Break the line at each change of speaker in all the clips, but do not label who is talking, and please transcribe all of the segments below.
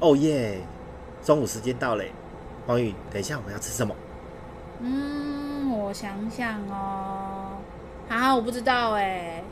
哦耶，中午时间到嘞，黄宇，等一下我们要吃什么？
嗯，我想想哦，啊，我不知道哎。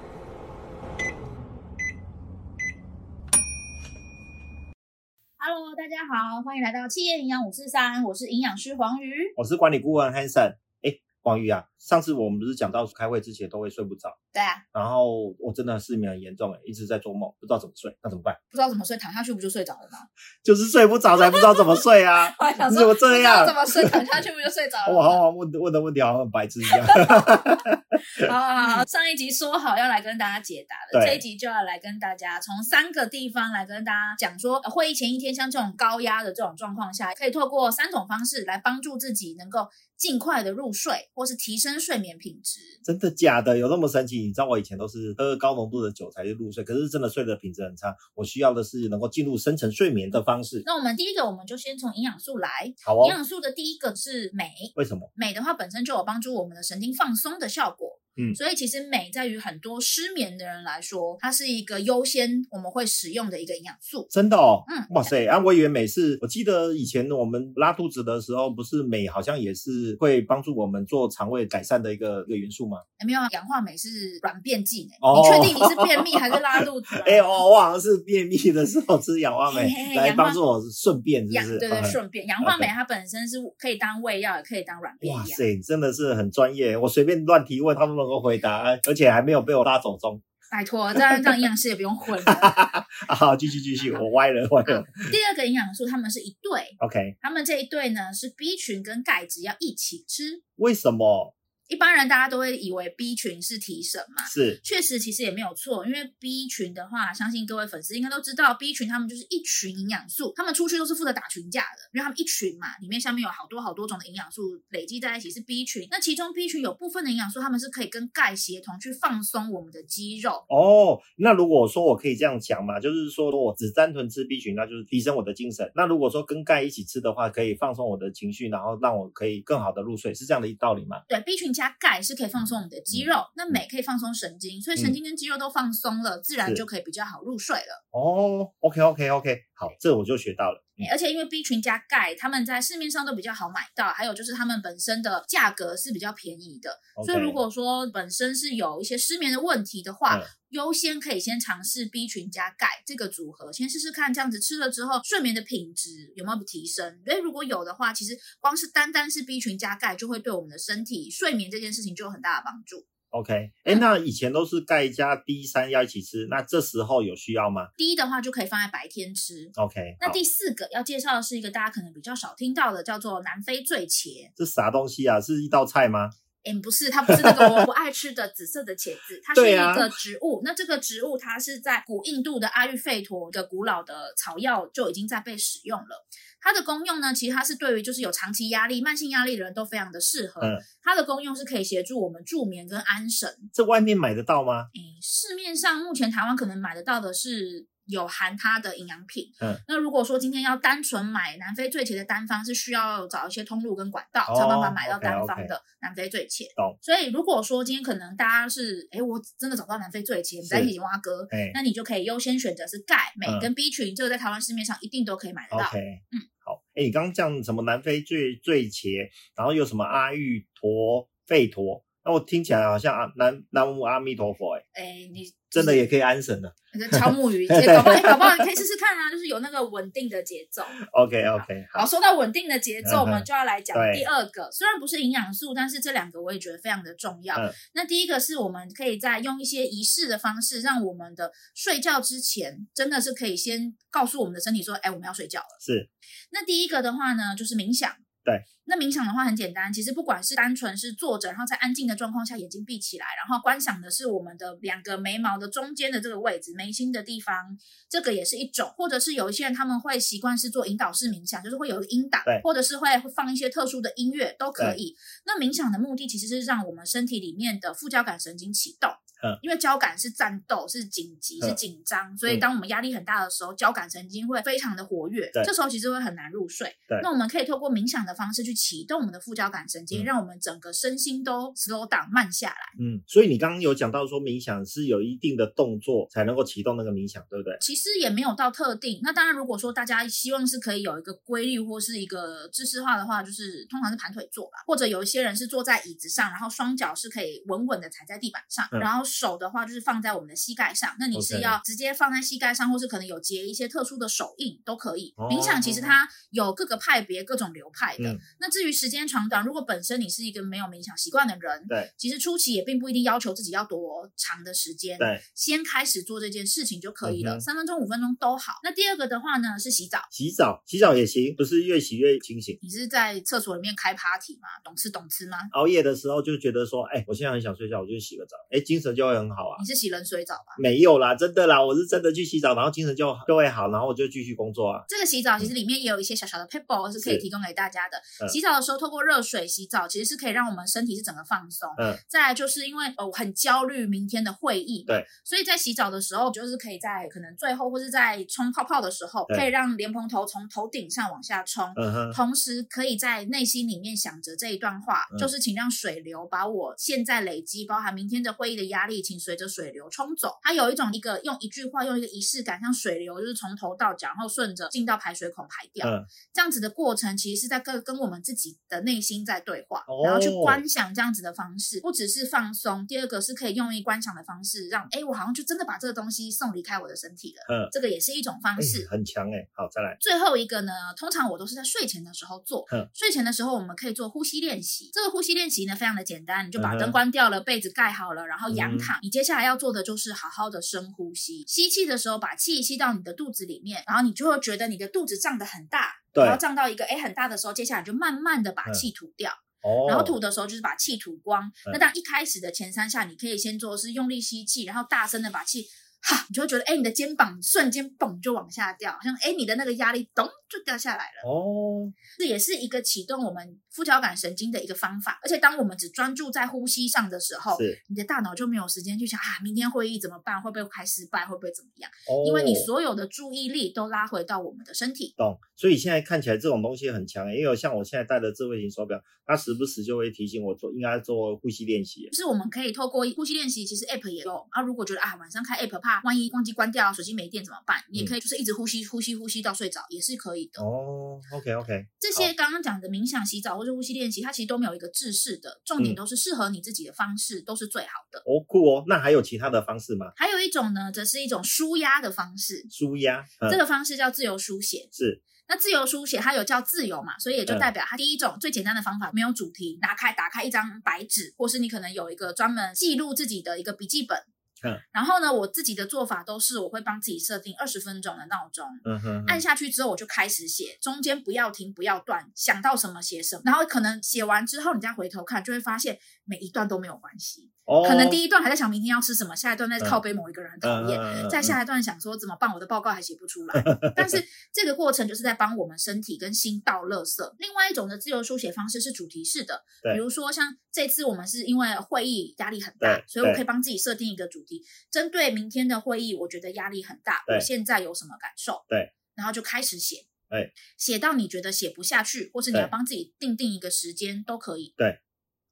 Hello，大家好，欢迎来到企业营养五四三，我是营养师黄瑜。
我是管理顾问 Hanson。哎，黄宇啊，上次我们不是讲到开会之前都会睡不着，
对啊，
然后我真的失眠很严重哎，一直在做梦，不知道怎么睡，那怎么办？
不知道怎么睡，躺下去不就睡着了吗？！
就是睡不着才不知道怎么睡啊
我还想
你
说
怎么这
不知道
样
怎？么睡，躺下去不就睡着了
我好
吗？
像问问的问题好像很白痴一样。
好好好，上一集说好要来跟大家解答的，
对
这一集就要来跟大家从三个地方来跟大家讲说，呃会议前一天像这种高压的这种状况下，可以透过三种方式来帮助自己能够尽快的入睡，或是提升睡眠品质。
真的假的？有那么神奇？你知道我以前都是喝高浓度的酒才去入睡，可是真的睡的品质很差。我需要的是能够进入深层睡眠的方式。
那我们第一个，我们就先从营养素来。
好
营
哦，
养素的第一个是镁，
为什么？
镁的话本身就有帮助我们的神经放松的效果。
嗯
所以其实镁在于很多失眠的人来说，它是一个优先我们会使用的一个营养素。
真的哦，
嗯
哇塞！啊，我以为每次，我记得以前我们拉肚子的时候，不是镁好像也是会帮助我们做肠胃改善的一个一个元素 吗？
欸没有啊，氧化镁是软便剂呢、
哦？
你确定你是便秘还是拉肚子、啊
哎、哦，我好像是便秘的时候吃氧 化镁
嘿嘿嘿
来
氧化
帮助我顺便，是
氧
不是？
对对，
嗯
顺便氧化镁它本身是可以当胃药，也可以当软便
哇
药。
塞，你真的是很专业！我随便乱提问，他都能够回答，而且还没有被我拉走中。
拜托，这样让营养师也不用混了。
啊，好继续继续，我歪了歪了。
第二个营养素，它们是一对，
OK，
它们这一对呢是 B 群跟钙质要一起吃。
为什么
一般人大家都会以为 B 群是提神嘛，
是？
确实其实也没有错，因为 B 群的话，相信各位粉丝应该都知道，B 群他们就是一群营养素，他们出去都是负责打群架的，因为他们一群嘛，里面下面有好多好多种的营养素累积在一起是 B 群。那其中 B 群有部分的营养素，他们是可以跟钙协同去放松我们的肌肉。
哦，那如果说我可以这样讲嘛，就是说我只单纯吃 B 群，那就是提升我的精神。那如果说跟钙一起吃的话，可以放松我的情绪，然后让我可以更好的入睡，是这样的一道理吗？
对，B 群加钙是可以放松我们的肌
嗯
肉，那镁可以放松神经，所以神经跟肌肉都放松了，自然
是
就可以比较好入睡了。
哦，OK OK OK，好，这我就学到了。嗯
欸而且因为 B 群加钙，他们在市面上都比较好买到，还有就是他们本身的价格是比较便宜的。
OK
所以如果说本身是有一些失眠的问题的话，
嗯
优先可以先尝试 B 群加钙这个组合，先试试看，这样子吃了之后，睡眠的品质有没有提升？所以如果有的话，其实光是单单是 B 群加钙，就会对我们的身体睡眠这件事情就有很大的帮助。嗯
OK，哎，那以前都是钙加 D 三要一起吃，那这时候有需要吗
第一的话就可以放在白天吃。
？OK，
那
好
第四个要介绍的是一个大家可能比较少听到的，叫做南非醉茄。
这啥东西啊？是一道菜吗？
哎、不是，它不是那个我不爱吃的紫色的茄子，它是
对
一
啊
个植物。那这个植物它是在古印度的阿育吠陀的古老的草药就已经在被使用了。它的功用呢，其实它是对于就是有长期压力、慢性压力的人都非常的适合。
嗯
它的功用是可以协助我们助眠跟安神。
这外面买得到吗？
诶，市面上目前台湾可能买得到的是有含它的营养品。
嗯，
那如果说今天要单纯买南非醉茄的单方，是需要找一些通路跟管道，才有办法
哦
买到
，OK，
单
OK
方的南非醉茄。
懂
所以如果说今天可能大家是，诶，我真的找不到南非醉茄，我们在一起挖哥。
哎
那你就可以优先选择是钙、镁
嗯
跟 B 群，这个在台湾市面上一定都可以买得到。
，OK，嗯，好。哎，你刚刚讲什么南非最最茄，然后有什么阿育陀、吠陀，那我听起来好像啊南南无阿弥陀佛，哎，
诶，你
真的也可以安神的。
你在敲木 鱼，诶搞不好诶搞不好你可以试试看啊，就是有那个稳定的节奏。
OK OK，
好，
好，
说到稳定的节奏，
嗯哼
我们就要来讲
对
第二个。虽然不是营养素，但是这两个我也觉得非常的重要。
嗯
那第一个是我们可以在用一些仪式的方式，让我们的睡觉之前，真的是可以先告诉我们的身体说：“哎，我们要睡觉了。
是”
那第一个的话呢，就是冥想。
对，
那冥想的话很简单，其实不管是单纯是坐着，然后在安静的状况下眼睛闭起来，然后观想的是我们的两个眉毛的中间的这个位置，眉心的地方，这个也是一种，或者是有一些人他们会习惯是做引导式冥想，就是会有一个音档
对，
或者是会放一些特殊的音乐都可以。那冥想的目的其实是让我们身体里面的副交感神经启动，
嗯
因为交感是战斗，是紧急，
嗯
是紧张，所以当我们压力很大的时候，交感神经会非常的活跃
对，
这时候其实会很难入睡
对。
那我们可以透过冥想的方式去启动我们的副交感神经，
嗯
让我们整个身心都 slow down 慢下来。
嗯，所以你刚刚有讲到说冥想是有一定的动作才能够启动那个冥想，对不对？
其实也没有到特定。那当然，如果说大家希望是可以有一个规律或是一个知识化的话，就是通常是盘腿坐吧，或者有一些人是坐在椅子上，然后双脚是可以稳稳的踩在地板上，
嗯
然后手的话就是放在我们的膝盖上。那你是
OK
要直接放在膝盖上，或是可能有结一些特殊的手印都可以。
哦
冥想其实它有各个派别、各种流派的。
嗯
那至于时间长短，如果本身你是一个没有冥想习惯的人，
对，
其实初期也并不一定要求自己要多长的时间，
对，
先开始做这件事情就可以
嗯
了，
哼
三分钟、五分钟都好。那第二个的话呢，是洗澡。
洗澡，洗澡也行，不是越洗越清醒。
你是在厕所里面开 party 吗？懂吃懂吃吗？
熬夜的时候就觉得说，哎、我现在很想睡觉，我就去洗个澡，哎、精神就会很好啊
你。是洗冷水澡吧？
没有啦，真的啦，我是真的去洗澡，然后精神就就会好，然后我就继续工作啊。
这个洗澡其实里面也有一些小小的 pebble 是可以
是
提供给大家的。
嗯
洗澡的时候，透过热水洗澡，其实是可以让我们身体是整个放松。
嗯，
再来就是因为呃我很焦虑明天的会议，
对，
所以在洗澡的时候，就是可以在可能最后或是在冲泡泡的时候，
对
可以让莲蓬头从头顶上往下冲。
嗯哼，
同时，可以在内心里面想着这一段话，
嗯
就是请让水流把我现在累积，包含明天的会议的压力，请随着水流冲走。它有一种一个用一句话，用一个仪式感，像水流就是从头到脚，然后顺着进到排水孔排掉。
嗯
这样子的过程，其实是在跟跟我们自己的内心在对话，
哦
然后去观想这样子的方式，不只是放松。第二个是可以用一观想的方式，让哎、诶我好像就真的把这个东西送离开我的身体了。
嗯，
这个也是一种方式
哎。很强哎、好，再来。
最后一个呢，通常我都是在睡前的时候做
嗯。
睡前的时候，我们可以做呼吸练习。这个呼吸练习呢，非常的简单，你就把
嗯哼
灯关掉了，被子盖好了，然后仰
嗯
躺。你接下来要做的就是好好的深呼吸。吸气的时候，把气吸到你的肚子里面，然后你就会觉得你的肚子胀得很大。
对
然后胀到一个哎很大的时候，接下来你就慢慢的把
嗯
气吐掉，
哦，
然后吐的时候就是把气吐光。
嗯
那当一开始的前三下，你可以先做的是用力吸气，然后大声的把气。哈，你就会觉得，哎、你的肩膀瞬间嘣就往下掉，好像哎、你的那个压力咚就掉下来了。
哦，
这也是一个启动我们副交感神经的一个方法。而且当我们只专注在呼吸上的时候，
是
你的大脑就没有时间去想啊，明天会议怎么办？会不会开失败？会不会怎么样？
哦，
因为你所有的注意力都拉回到我们的身体。
懂，所以现在看起来这种东西很强、欸，因为像我现在戴的智慧型手表，它时不时就会提醒我做应该做呼吸练习欸、
就是我们可以透过呼吸练习，其实 app 也有啊。如果觉得啊晚上开 app 怕万一忘记关掉，啊手机没电怎么办？你也可以就是一直呼吸呼吸呼吸到睡着也是可以的。
嗯哦，OK OK，
这些刚刚讲的冥想、洗澡或是呼吸练习，它其实都没有一个制式的，重
嗯
点都是适合你自己的方式，都是最好的。
哦酷哦，那还有其他的方式吗？
还有一种呢，则是一种舒压的方式。
舒压，嗯，
这个方式叫自由书写。
是
那自由书写它有叫自由嘛，所以也就
嗯
代表它第一种最简单的方法，没有主题，打开打开一张白纸，或是你可能有一个专门记录自己的一个笔记本。
嗯
然后呢，我自己的做法都是我会帮自己设定二十分钟的闹钟，
嗯哼哼
按下去之后我就开始写，中间不要停，不要断，想到什么写什么。然后可能写完之后，你再回头看，就会发现每一段都没有关系。
哦，嗯
可能
一
第一段还在想明天要吃什么，下一段在靠背某一个人很讨
嗯
厌，再下一段想说怎么办，我的报告还写不出来。但是这个过程就是在帮我们身体跟心倒垃圾。另外一种的自由书写方式是主题式的，
对
比如说像这次我们是因为会议压力很大
对，
所以我
对
可以帮自己设定一个主题，针对明天的会议，我觉得压力很大，
对
我现在有什么感受？
对，
然后就开始写。
对，
写到你觉得写不下去，或是你要
对
帮自己定定一个时间都可以。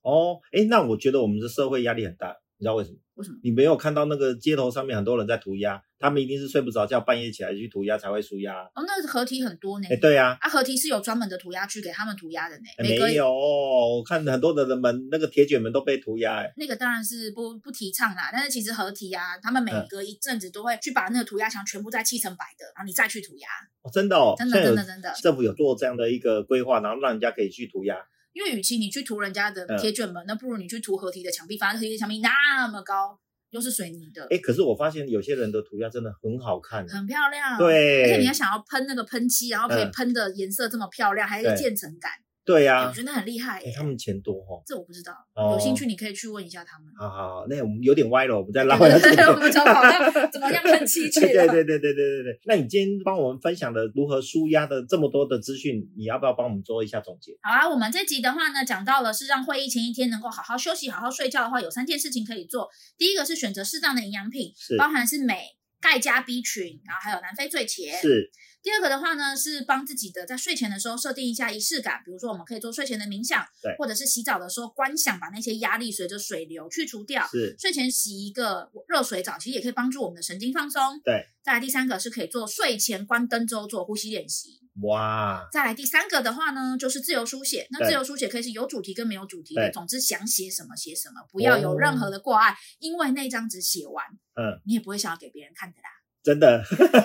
哦，哎、那我觉得我们的社会压力很大，你知道为什么？
为什么？
你没有看到那个街头上面很多人在涂鸦，他们一定是睡不着觉，半夜起来去涂鸦才会舒压啊。
哦，那合体很多呢。
哎、对呀、啊。
啊，合体是有专门的涂鸦区给他们涂鸦的呢，
没
每个
有，我看很多的人们那个铁卷门都被涂鸦、欸，
那个当然是不不提倡啦，但是其实合体啊，他们每
嗯
隔一阵子都会去把那个涂鸦墙全部再砌成白的，然后你再去涂鸦，
哦真的哦，
真的
现在有
真的真的
政府有做这样的一个规划，然后让人家可以去涂鸦。
因为与其你去涂人家的
嗯
贴卷门，那不如你去涂合体的墙壁，反正合体的墙壁那么高，又是水泥的，
哎，可是我发现有些人的涂鸦真的很好看，
很漂亮，，
对，
而且你要想要喷那个喷漆，然后可以
嗯
喷的颜色这么漂亮，还有一个
对
渐层感，
对呀、
我觉得很厉害
哎
耶、
他们钱多哦。
这我不知道，
哦
有兴趣你可以去问一下他们。
好好，好那我们有点歪了，我们 再拉回来这
对对，我
个。
们从跑到怎么样喷漆去
对对
了？
对对对对对对。那你今天帮我们分享的如何舒压的这么多的资讯，你要不要帮我们做一下总结？
好啊，我们这集的话呢，讲到了是让会议前一天能够好好休息、好好睡觉的话，有三件事情可以做。第一个是选择适当的营养品，
是
包含是镁、钙加 B 群，然后还有南非醉茄。
是
第二个的话呢，是帮自己的在睡前的时候设定一下仪式感，比如说我们可以做睡前的冥想，
对
或者是洗澡的时候观想，把那些压力随着水流去除掉。
是
睡前洗一个热水澡，其实也可以帮助我们的神经放松。
对。
再来第三个是可以做睡前关灯之后做呼吸练习。
哇，
再来第三个的话呢，就是自由书写。那
对
自由书写可以是有主题跟没有主题的，
对哦
总之想写什么写什么，不要有任何的挂碍，因为那张纸写完，
嗯，
你也不会想要给别人看的啦。
真的，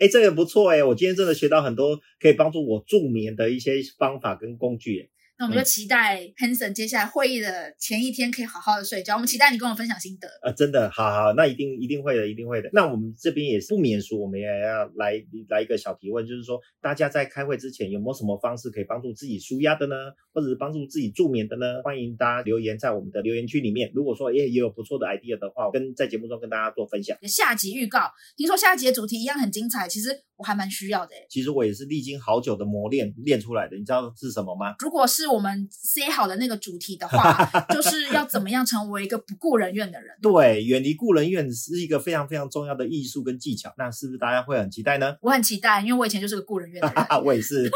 哎、这个不错哎、我今天真的学到很多可以帮助我助眠的一些方法跟工具、欸。
那我们就期待 Hanson 接下来会议的前一天可以好好的睡觉。我们期待你跟我分享心得。
啊，真的，好好，那一定一定会的，一定会的。那我们这边也是不免俗，我们也要来来一个小提问，就是说，大家在开会之前有没有什么方式可以帮助自己舒压的呢？或者是帮助自己助眠的呢？欢迎大家留言在我们的留言区里面。如果说也也有不错的 idea 的话，跟在节目中跟大家做分享。
下集预告，听说下集的主题一样很精彩，其实我还蛮需要的欸。
其实我也是历经好久的磨练练出来的，你知道是什么吗？
如果是我们 say 好的那个主题的 话，就是要怎么样成为一个不顾人怨的人。
对，远离故人院是一个非常非常重要的艺术跟技巧。那是不是大家会很期待呢？
我很期待，因为我以前就是个顾人怨的人
哈。哈，我也是。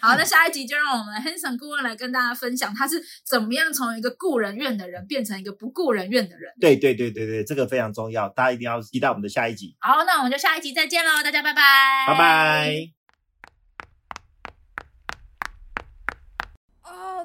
好，那下一集就让我们 Hanson 顾问来跟大家分享，他是怎么样从一个顾人怨的人变成一个不顾人怨的人。
对对对对对，这个非常重要，大家一定要期待我们的下一集。
好，那我们就下一集再见喽，大家拜拜，
拜拜。。
哦，